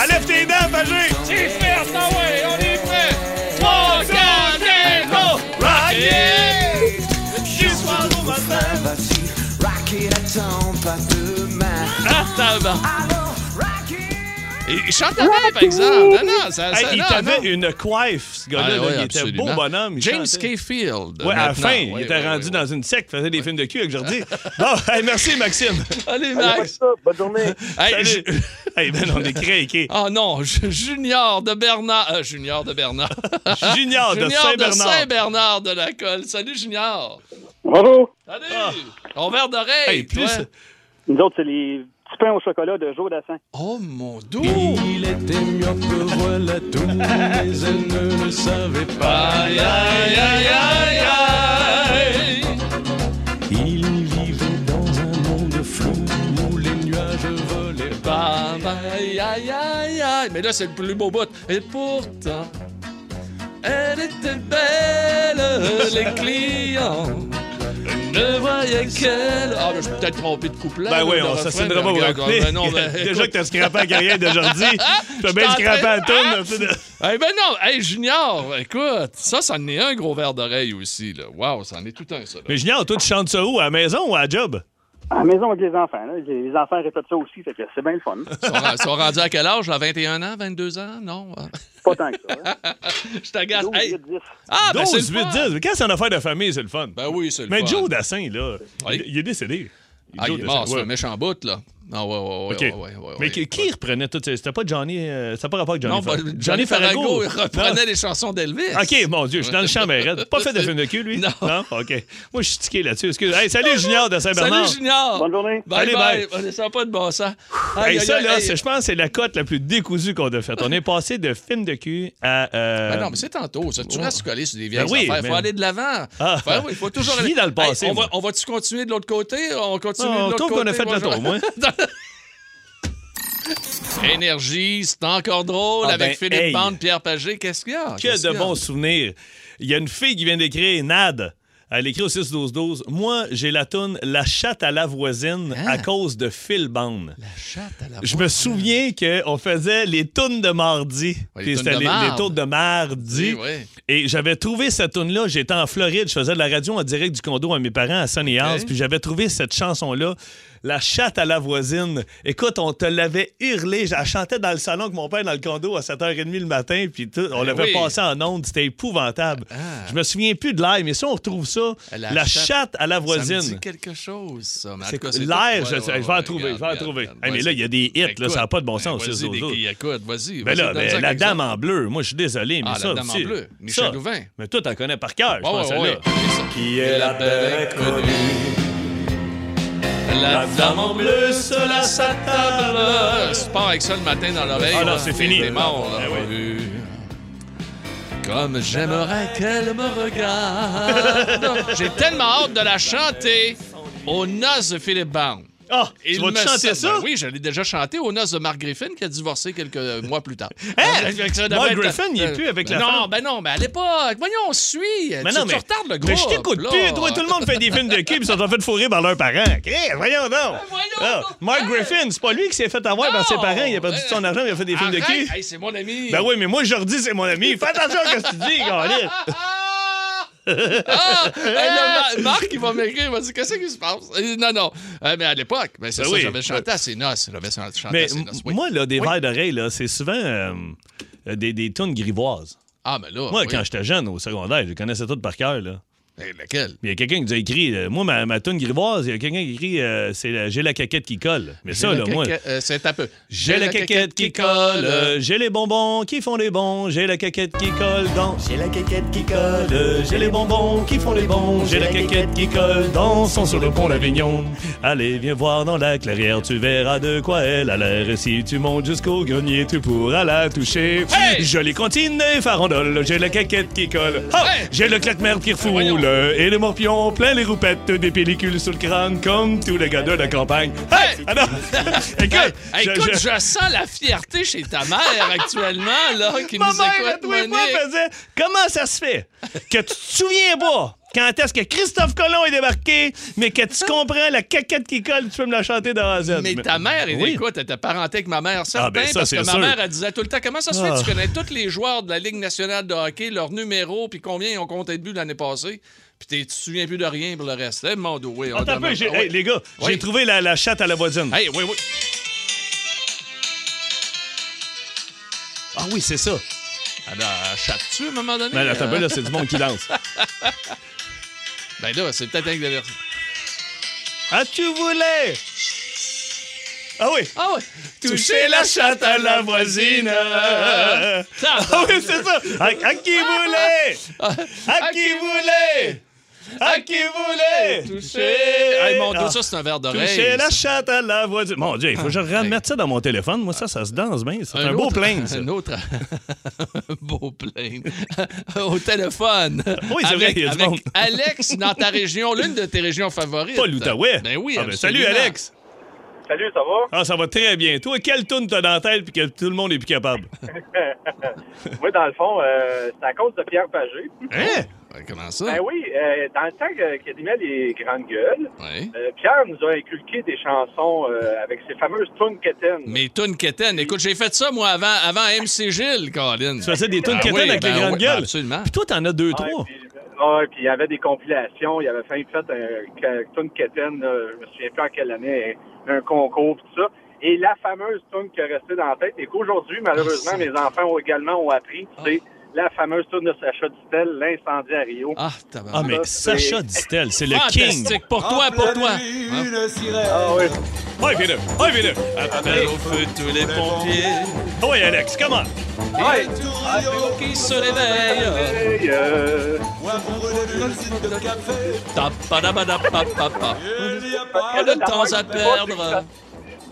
Enlève tes dents, Pagé!
C'est fait, ah ouais, on est prêts. Trois, quatre, cinq, go! Rocket! Ah, tabarnak. Il il chante à main, par exemple. Non, non, ça,
Hey,
ça
il
non,
t'avait
non.
une coiffe, ce gars-là.
Ah,
là.
oui,
il était beau
absolument.
bonhomme. il
James
chantait.
Cayfield.
Ouais, à la
maintenant.
fin, il
Ouais,
était
ouais,
rendu
ouais,
dans
ouais.
une secte, faisait des films de cul avec Jordi. Bon, hey, merci, Maxime.
Allez,
Allez, pas de
Max.
ça. Bonne journée.
Hey,
Salut.
je-
hey, ben, on est craqués.
Oh non, Ju- Junior de Bernard. euh, junior de Bernard.
Junior Ah, de
Ah. Junior de
Saint-Bernard.
Saint-Bernard de la Colle. Salut, Junior.
Bravo.
Salut. Ton verre d'oreille.
Ah. Hey, plus-
toi.
Nous autres, c'est les petits pains au chocolat de Joe Dassin.
Oh mon doux.
Il était mieux que voilà tout, mais elle ne le savait pas.
Aïe, aïe, aïe, aïe, aïe.
Il vivait dans un monde flou où les nuages volaient
Aïe, aïe, aïe, aïe. Mais là, c'est le plus beau bout. Et pourtant, elle était belle, les clients. Ne voyaient qu'elle. Ah, ben, je suis peut-être trompé de couplet.
Ben
là,
oui,
dans
on
le refrain,
s'assinera
mais
pas
regarde,
pour
ben non, ben,
Déjà que t'as scrappé la carrière de Jordi, tu as
Je
bien
t'en
scrappé à
fais-
tourne. tu sais, de-
Eh ben non, hey Junior, écoute, ça, ça en est un gros verre d'oreille aussi. Là. Wow, ça en est tout un, ça. là.
Mais Junior, toi, tu chantes ça où? À la maison ou à la job?
À la maison avec les enfants. là. Les les enfants répètent ça aussi, fait que c'est bien le fun.
Ils sont, ils sont rendus à quel âge? À 21 ans, 22 ans? Non? hein?
Pas tant que ça. hein.
Je t'agace.
12,
Hey.
8, 10.
Ah, ben c'est
12,
le
8,
fun.
10. Mais Quand c'est en affaire de famille, c'est le fun.
Ben oui, c'est le
Mais
fun.
Joe Dassin, là,
Oui.
il- il est décédé.
Ah,
Joe
il est mort,
Dassin,
c'est
ouais.
un méchant bout, là. Ah, ouais, ouais, ouais.
OK.
ouais, ouais, ouais,
Mais
ouais.
qui, qui reprenait tout ça? C'était pas Johnny. euh, C'était pas rapport avec Johnny
Non, bah,
Farrago.
Johnny Farrago, il
Non.
reprenait les chansons d'Elvis.
OK, mon Dieu, je suis dans le champ, mais raide. Pas fait de film de cul, lui?
Non.
OK. Moi, je suis tiqué là-dessus. Excuse. Hey, salut, Junior de Saint-Bernard.
Salut, Junior.
Bonne journée.
Bye,
Allez,
bye.
bye.
On est sympa de bon sens.
Hey,
Aïe,
ça,
aïe,
là,
aïe.
c'est- je pense que c'est la cote la plus décousue qu'on a faite. On est passé de film de cul à. euh,
Ah non, mais c'est tantôt. Ça, tu
ouais.
restes collé sur des vieilles
Ben oui,
affaires. Il faut
mais-
aller de l'avant.
Ah.
Ben oui, il faut toujours
Je
aller.
vis dans le passé,
on, va,
moi.
on va-tu continuer de l'autre côté? On continue
Ah,
de
on
l'autre
trouve
côté.
qu'on a fait
moi,
le
je-
tour, moi.
Énergie, c'est encore drôle
Ah,
avec
ben,
Philippe
hey.
Bande, Pierre Pagé. Qu'est-ce qu'il y a?
Que
Qu'est-ce
de
qu'il y a?
bons souvenirs. Il y a une fille qui vient d'écrire, Nad. Elle écrit au 6-12-12. Moi, j'ai la toune La chatte à la voisine
Hein?
à cause de Phil Bond.
La chatte à la
Je me souviens qu'on faisait les tounes de mardi.
Ouais, les
Puis
tounes
c'était
de
les,
marde.
les tounes de mardi.
Oui, oui.
Et j'avais trouvé cette tune-là. J'étais en Floride. Je faisais de la radio en direct du condo à mes parents à Sunny House.
Ok.
Puis j'avais trouvé cette chanson-là, La chatte à la voisine. Écoute, on te l'avait hurlé. Je la chantais dans le salon avec mon père dans le condo à 7h30 le matin. Puis tout, on
Ben
l'avait
oui.
passé en ondes. C'était épouvantable.
Ah.
Je me souviens plus de l'air. Mais si on retrouve ça,
La
La,
chatte-
chatte, à la
Ça
voisine.
me dit quelque chose, ça. Mais en
C'est
tout cas,
quoi-
c'est
l'air,
tout-
je-
ouais,
je
ouais,
vais en
ouais,
trouver,
regarde,
je vais en
regarde,
trouver.
regarde.
Hey, mais
Vas-y.
là, il y a des hits, là, ça a pas de bon
Ben,
sens,
Vas-y,
c'est
des
zozo.
qui écoutent, vas-y. vas-y,
Mais Ben là,
donne-en
mais la
quelques-uns.
dame en bleu, moi je suis désolé, mais
Ah, la
ça.
dame en
tu-
bleu, Michel
ça,
Louvain.
Mais toi, t'en connais par cœur,
Ouais,
je pense,
ouais,
celle-là.
ouais, c'est ça.
Qui
est la belle La dame en bleu
sur la
Ah,
satane.
si tu pars avec ça le matin dans l'oreille.
Ah non,
là,
c'est fini.
T'es mort, là.
Ah oui.
Comme j'aimerais qu'elle me regarde. Ah. J'ai tellement hâte de la chanter aux noces de Philippe Bound.
Ah,
Il
tu vas-tu
me
chanter
semble- Ben
ça?
Oui, je l'ai déjà chanté aux noces de Mark Griffin qui a divorcé quelques mois plus tard.
Hein?
Fait que ça
Mark
devait
Griffin, il est plus avec
Ben
la
non,
femme.
ben non, mais à l'époque, voyons, on suit.
Mais
tu,
non,
tu
mais.
retardes le groupe.
mais je t'écoute
là.
plus, toi, tout le monde fait des films de cul, puis ils se sont fait fourrer par leurs parents. Chris, voyons donc.
Ben, voyons
Ah,
donc.
Mark Griffin, c'est pas lui qui s'est fait avoir par ses
Non. Ben,
parents, il a perdu tout son argent, il a fait des films de
Arrête.
cul.
Hey, c'est mon ami.
Ben oui, mais moi, Jordi, c'est mon ami. Fais attention à ce que tu dis, Caroline.
Ah! Ah! Hey, là, Ma- Marc, il va m'écrire, il va dire Qu'est-ce qui se passe Euh, Non, non. Euh, mais à l'époque, ben, c'est
Ben
ça,
oui.
j'avais chanté à ses noces. J'avais chanté
Mais
à ses noces. oui.
moi, là, des
Oui.
verres d'oreille, là, c'est souvent euh, euh, des, des tunes grivoises.
Ah, mais là.
Moi,
oui.
quand j'étais jeune, au secondaire, je connaissais toutes par cœur, là.
Eh, Lequel
Il y a quelqu'un qui nous a écrit, euh, moi, ma, ma toune grivoise, il y a quelqu'un qui écrit, euh, c'est la- j'ai la caquette qui colle. Mais ça,
J'ai
là,
la
moi.
caquette- euh, C'est un peu.
J'ai la caquette qui colle, euh, j'ai les bonbons qui font les bons, j'ai la caquette qui colle dans. J'ai la caquette qui colle, euh, j'ai les bonbons qui font les bons, j'ai la caquette qui colle, dansons sur le pont d'Avignon. Allez, viens voir dans la clairière, tu verras de quoi elle a l'air. Et si tu montes jusqu'au grenier, tu pourras la toucher.
Hey!
Jolie comptine et farandole, j'ai la caquette qui colle. Ah!
Hey!
J'ai le claque-merde qui refoule et le morpion plein les roupettes, des pellicules sur le crâne comme tous les gars de la campagne. Hey! Ah non! Écoute,
Hey, hey,
je-
écoute,
je-
je sens la fierté chez ta mère actuellement, là, qui
Ma
nous
mère, à
écoute,
tous les fois,
Monique.
faisait Comment ça se fait que tu te souviens pas quand est-ce que Christophe Colomb est débarqué, mais que tu comprends la caquette qui colle, tu peux me la chanter dans la zone.
Mais ta mère, elle,
Oui.
écoute, elle était parentée avec ma mère, certain,
Ah, ben ça,
parce que
c'est
ma
sûr.
mère, elle disait tout le temps Comment ça se fait
Ah.
que tu connais tous les joueurs de la Ligue nationale de hockey, leurs numéros, puis combien ils ont compté de buts l'année passée, puis t'es- tu te souviens plus de rien pour le reste. Eh, mon Dieu, oui, on
Attends un
demande-
peu, j'ai-
Ah, oui.
hey, les gars,
Oui.
j'ai trouvé la, la chatte à la voisine.
Hey, oui, oui.
Ah oui, c'est ça.
Ah, ben, Elle a chatte-tu à un moment donné?
Mais Ben, attends un peu,
hein?
là, c'est du monde qui lance.
Ben là, c'est peut-être avec la version.
Ah, tu voulais? Ah oui.
Ah ouais!
Toucher la chatte à la voisine. Ah oui, c'est ça. À, à qui
Ah,
voulait? À qui voulait? À qui voulait?
Toucher! Hey, mon Dieu,
Ah.
ça, c'est un verre d'oreille.
Toucher
ça.
la chatte à la voisine. Mon Dieu, il faut que je remette ça dans mon téléphone. Moi, ça, ça se danse bien. C'est un, beau
autre-
plein, ça.
Un autre. un beau plein. Au téléphone.
Oui, c'est vrai,
Avec-
il y a du
avec
monde.
Alex, dans ta région, l'une de tes régions favorites.
Pas l'Outaouais.
Ben oui.
Ah, ben,
absolument.
salut, Alex.
Salut, ça va?
Ah, ça va très bien. Toi, quelle toune t'as dans la tête puis que tout le monde est plus capable?
Oui, dans le fond, euh, c'est à cause de Pierre Pagé.
Hein?
Ouais, Comment ça?
Ben oui, euh, dans le temps que- qu'il y avait les grandes gueules,
Ouais.
euh, Pierre nous a inculqué des chansons euh, avec ses fameuses tunes quétaines.
Mes tunes quétaines. Écoute, j'ai fait ça, moi, avant, avant MC Gilles, Colin.
Tu faisais des tunes
Ah
quétaines
oui,
avec
ben
les grandes
oui, ben
gueules.
absolument.
Puis toi, t'en as deux,
Ouais,
trois.
Ah, puis- ouais, puis il y avait des compilations, il avait fait, fait un tune quétaine, là, je me souviens plus en quelle année, un concours, tout ça. Et la fameuse tune qui est restée dans la tête et qu'aujourd'hui,
Ah,
malheureusement, mes enfants ont également ont appris, c'est la fameuse tune de Sacha Distel, L'incendie à Rio.
Ah,
Ah, mais
tabarnak.
Sacha Distel, c'est le king.
Fantastique. Pour toi, pour toi. Hein?
Ah oui.
Allez, viens-le. Allez, viens-le.
Appelle au feu ben, tous les pompiers.
Oui, Alex, comment?
Ouais.
Qui se réveille.
Hey, euh,
Tapadabadapapapa. Pas de temps à perdre.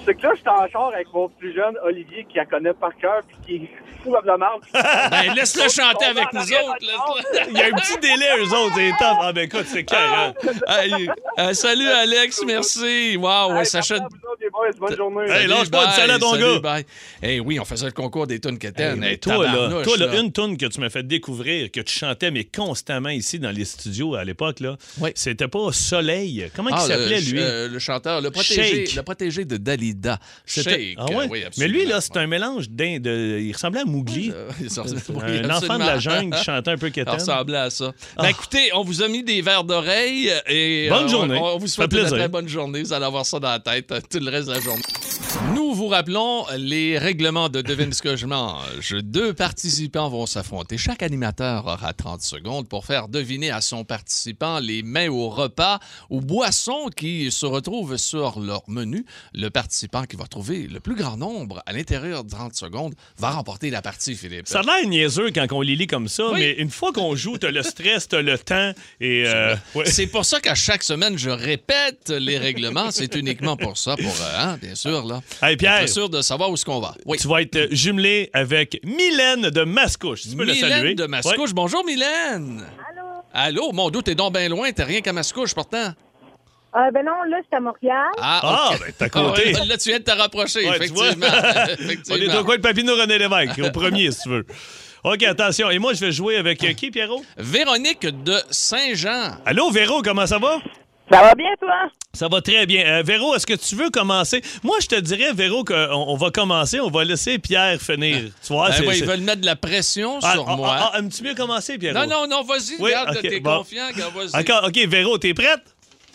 C'est que là, j'étais en char avec mon plus jeune, Olivier, qui la connaît par cœur, puis qui est fou comme la marde.
Ben, laisse-le chanter avec nous autres. laisse-le.
Il y a un petit délai, eux autres, c'est top. Ah, ben écoute, c'est clair. hein.
Hey, euh, salut, Alex. Merci. Wow, ouais,
Hey,
Sacha.
merci à vous autres, les boys. Bonne journée.
Hey, lâche pas de salade, mon gars.
Eh oui, on faisait le concours des tunes quétaines.
Et
Ben, Hey,
Ben toi, là,
tabarnouche,
toi, là, une tune que tu m'as fait découvrir, que tu chantais, mais constamment ici dans les studios à l'époque, là,
Oui.
c'était pas Soleil. Comment
Ah,
il s'appelait,
le,
lui?
euh, le chanteur, le protégé,
Shake.
le protégé de Dalida.
C'était-
Shake.
Ah ouais?
oui,
mais
absolument.
lui, là, c'est un mélange d'Inde. Il ressemblait à Mowgli.
Euh, il s'en-
C'est
oui,
un enfant de
absolument.
la jungle qui chantait un peu
Ça
quétaine.
ressemblait à ça. Ben, écoutez, on vous a mis des verres d'oreille et
Ah. Bonne
on-
journée.
On, vous
Ça
souhaite
fait
une
plaisir.
très bonne journée. Vous allez avoir ça dans la tête euh, tout le reste de la journée. Nous vous rappelons les règlements de Devine ce que je mange. Deux participants vont s'affronter. Chaque animateur aura 30 secondes pour faire deviner à son participant les mets au repas ou boissons qui se retrouvent sur leur menu. Le participant qui va trouver le plus grand nombre à l'intérieur de 30 secondes va remporter la partie, Philippe.
Ça a l'air niaiseux quand on les lit comme ça,
Oui.
mais une fois qu'on joue, t'as le stress, t'as le temps et. euh, ouais.
C'est pour ça qu'à chaque semaine, je répète les règlements. C'est uniquement pour ça, pour, euh, hein, bien sûr, là.
Hey, Pierre.
Être sûr de savoir où est-ce qu'on va. Oui.
Tu vas être euh, jumelé avec Mylène de Mascouche. Tu peux
Mylène
la saluer.
de Mascouche. Bonjour, Mylène.
Allô?
Allô, mon doute, t'es donc bien loin. T'es rien qu'à Mascouche, pourtant.
Euh, ben non, là, c'est à Montréal.
Ah,
Ah,
OK.
ben, t'as
Ah ouais,
compté.
là, tu viens de te rapprocher,
Ouais, tu vois.
effectivement.
On est
Effectivement.
dans quoi de Papineau René Lévesque, au premier, si tu veux. OK, attention. Et moi, je vais jouer avec euh, qui, Pierrot?
Véronique de Saint-Jean.
Allô, Véro, comment ça va?
Ça va bien, toi?
Ça va très bien. Euh, Véro, est-ce que tu veux commencer? Moi, je te dirais, Véro, qu'on on va commencer. On va laisser Pierre finir. Tu vois,
Eh
Ah, c'est-
ben,
c'est-
ils veulent mettre de la pression
Ah,
sur
ah,
moi.
ah, ah, aimes-tu mieux commencer, Pierrot?
non, non, non, vas-y,
Oui,
regarde,
ok,
t'es
bon.
confiant, regarde, vas-y.
Encore, OK, Véro, t'es prête?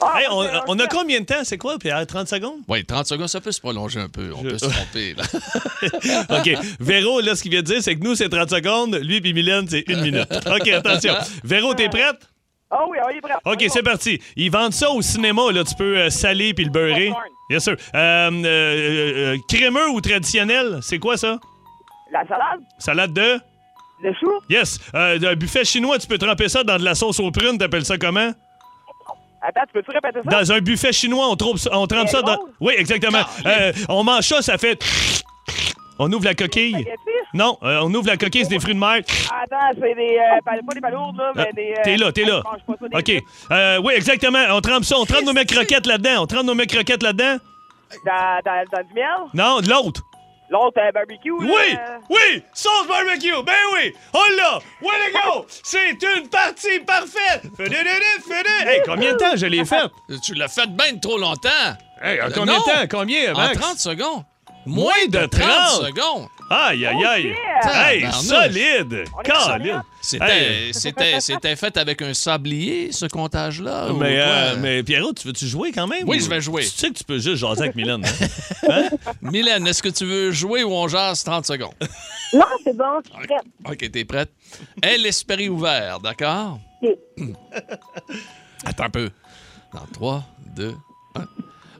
Ah,
Hey, on,
ok,
on a
ok.
combien de temps? C'est quoi, Pierre? 30 secondes?
Oui, 30 secondes, ça peut se prolonger un peu. On peut se tromper, là.
OK. Véro, là, ce qu'il vient de dire, c'est que nous, c'est 30 secondes. Lui puis Mylène, c'est une minute. OK, attention. Véro, t'es prête?
Ah oui, on est prêt.
OK, c'est parti. Ils vendent ça au cinéma, là. Tu peux euh, saler puis le beurrer.
Popcorn.
Bien sûr. Euh, euh, euh, crémeux ou traditionnel? C'est quoi, ça?
La salade,
Salade de...
le chou,
Yes. Euh, un buffet chinois, tu peux tremper ça dans de la sauce aux prunes. T'appelles ça comment?
Attends, tu peux-tu répéter ça?
Dans un buffet chinois, on, trouve ça- on trempe ça dans...
rose.
Oui, exactement. Euh, on mange ça, ça fait... On ouvre la coquille.
Spaghetti?
Non, euh, on ouvre la coquille, c'est des fruits de mer.
Attends, c'est des. euh, pas pas des palourdes, là, mais
Ah,
des. euh,
T'es là, t'es
hey,
là.
je mange pas ça, des
OK. Euh, oui, exactement. On trempe ça. On trempe nos mecs croquettes là-dedans. On trempe nos mecs croquettes là-dedans.
Dans, dans, dans du miel?
Non, de l'autre.
L'autre, euh, barbecue. là,
Oui!
euh,
Oui! Sauce barbecue! Ben oui! On l'a! Way to go! C'est une partie parfaite! Fais-le, fais-le, fais-le! Hey, combien de temps je l'ai fait?
Tu l'as fait bien trop longtemps.
Hey, en combien
Non!
de temps? Combien,
En
Max?
30 secondes.
Moins de 30.
secondes.
Aïe, aïe, aïe! Hey,
Tabarnouche.
solide! Calide!
C'était, c'était, c'était fait avec un sablier, ce comptage-là. ou
Mais,
quoi?
euh, mais Pierrot, tu veux-tu jouer quand même?
Oui,
ou-
je vais jouer.
Tu sais que tu peux juste jaser avec Mylène. hein?
Mylène, est-ce que tu veux jouer ou on jase 30 secondes?
Non, c'est bon, je suis prête.
OK, t'es prête? Elle, l'esprit ouvert, d'accord?
Ok.
Attends un peu. Dans 3, 2, 1.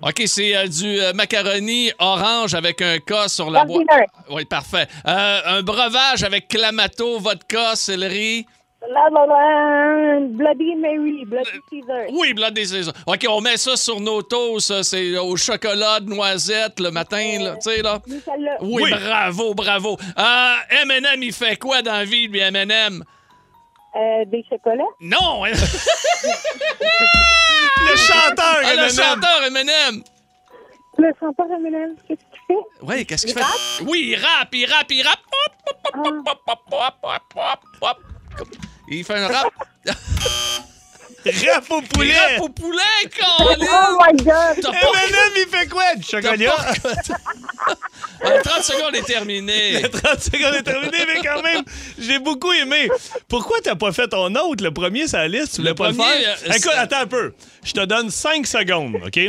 OK, c'est euh, du euh, macaroni orange avec un K sur la boîte.
Ordinaire.
Oui, parfait. Euh, un breuvage avec clamato, vodka, céleri.
La, la, la, Bloody Mary, Bloody Caesar.
Euh, Oui, Bloody Caesar. OK, on met ça sur nos toasts. ça, C'est au chocolat, de noisettes le matin, là, tu sais, là.
Nutella.
Oui,
Oui.
bravo, bravo. Euh, M&M, il fait quoi dans la vie, lui, M&M?
Euh, des chocolats.
Non! hein?
Le chanteur,
Ah, le
M&M.
chanteur M&M!
Le me sens pas Romulan. Qu'est-ce que tu fais?
Oui, qu'est-ce qu'il fait? Oui, il rappe, il rappe, il rappe. Hop, hop, hop,
Ah.
hop, hop, hop, hop, hop, hop. Comme- Il fait un rap.
Rap au
Il
poulet!
rappe au poulet, Colin!
Oh my God!
T'as pas
Eminem, il fait quoi? Du chocolat?
En 30 Ah, secondes est terminé.
30 secondes est terminé, mais quand même, j'ai beaucoup aimé. Pourquoi t'as pas fait ton autre, le premier sur la liste? Tu voulais
Le
pas
premier,
le faire?
euh,
Écoute,
c'est-
attends un peu. Je te donne 5 secondes, OK?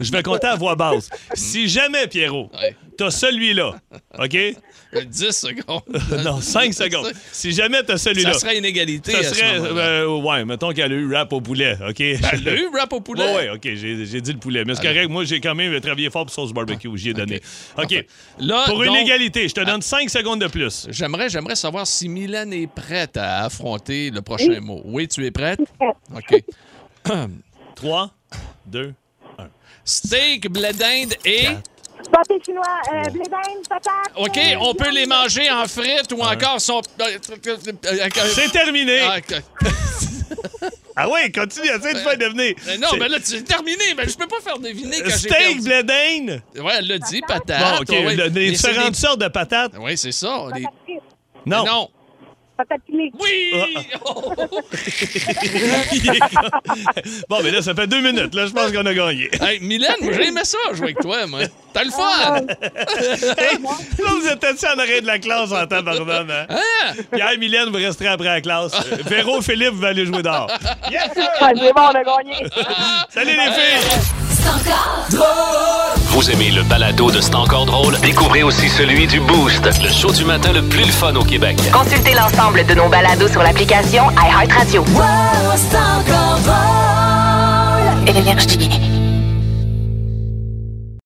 Je vais compter à voix basse. Si jamais, Pierrot,
Ouais.
t'as celui-là, OK?
10 secondes.
Non, 5 secondes. Si jamais t'as celui-là,
Ça serait une égalité.
ça
à ce
serait.
moment-là. Ben,
euh, ouais, mettons qu'elle a eu rap au poulet, OK?
Elle l'a eu, rap au poulet.
Ouais, ouais, OK, j'ai j'ai dit le poulet. Mais c'est correct, moi, j'ai quand même travaillé fort pour sauce barbecue, j'y ai donné. OK.
Là,
Pour une
donc, Ah.
égalité, je te donne 5 secondes de plus.
J'aimerais, j'aimerais savoir si Milan est prête à affronter le prochain mot. Oui, tu es prête? OK.
3, 2,
Steak, blé d'Inde et...
Pâté chinois, euh, blé d'Inde, patate.
OK,
euh,
on peut les manger en frites ou encore Euh, sont...
C'est terminé.
euh, Ah, ok.
Ah ouais, continue, essaie de faire devenir.
Mais ben non,
C'est-
mais là, c'est terminé. Mais je peux pas faire deviner quand j'ai
Steak,
perdu.
blé d'Inde.
Ouais, elle l'a dit,
Bon,
patate.
OK,
ouais, ouais.
le- les
Mais c'est
différentes sortes de patates.
des- Ouais, c'est ça. on est-
Patate frite,
Non.
Non.
patate pilée.
Oui!
Ah, bon, mais là, ça fait deux minutes. Là, je pense qu'on a gagné.
hey, Mylène, moi, j'ai aimé ça jouer avec toi, moi. T'as le
Ah,
fun! Ah,
Hey, là, vous êtes assis en arrêt de la classe en tabarnane. Hein?
Hein?
Pierre, Mylène, vous resterez après la classe. Euh, Véro, Philippe, vous allez jouer dehors. Yes, sir!
Ah, c'est bon, on a gagné.
Salut les filles!
Vous aimez le balado de C'est encore drôle? Découvrez aussi celui du Boost, le show du matin le plus le fun au Québec.
Consultez l'ensemble de nos balados sur l'application iHeartRadio. Énergie.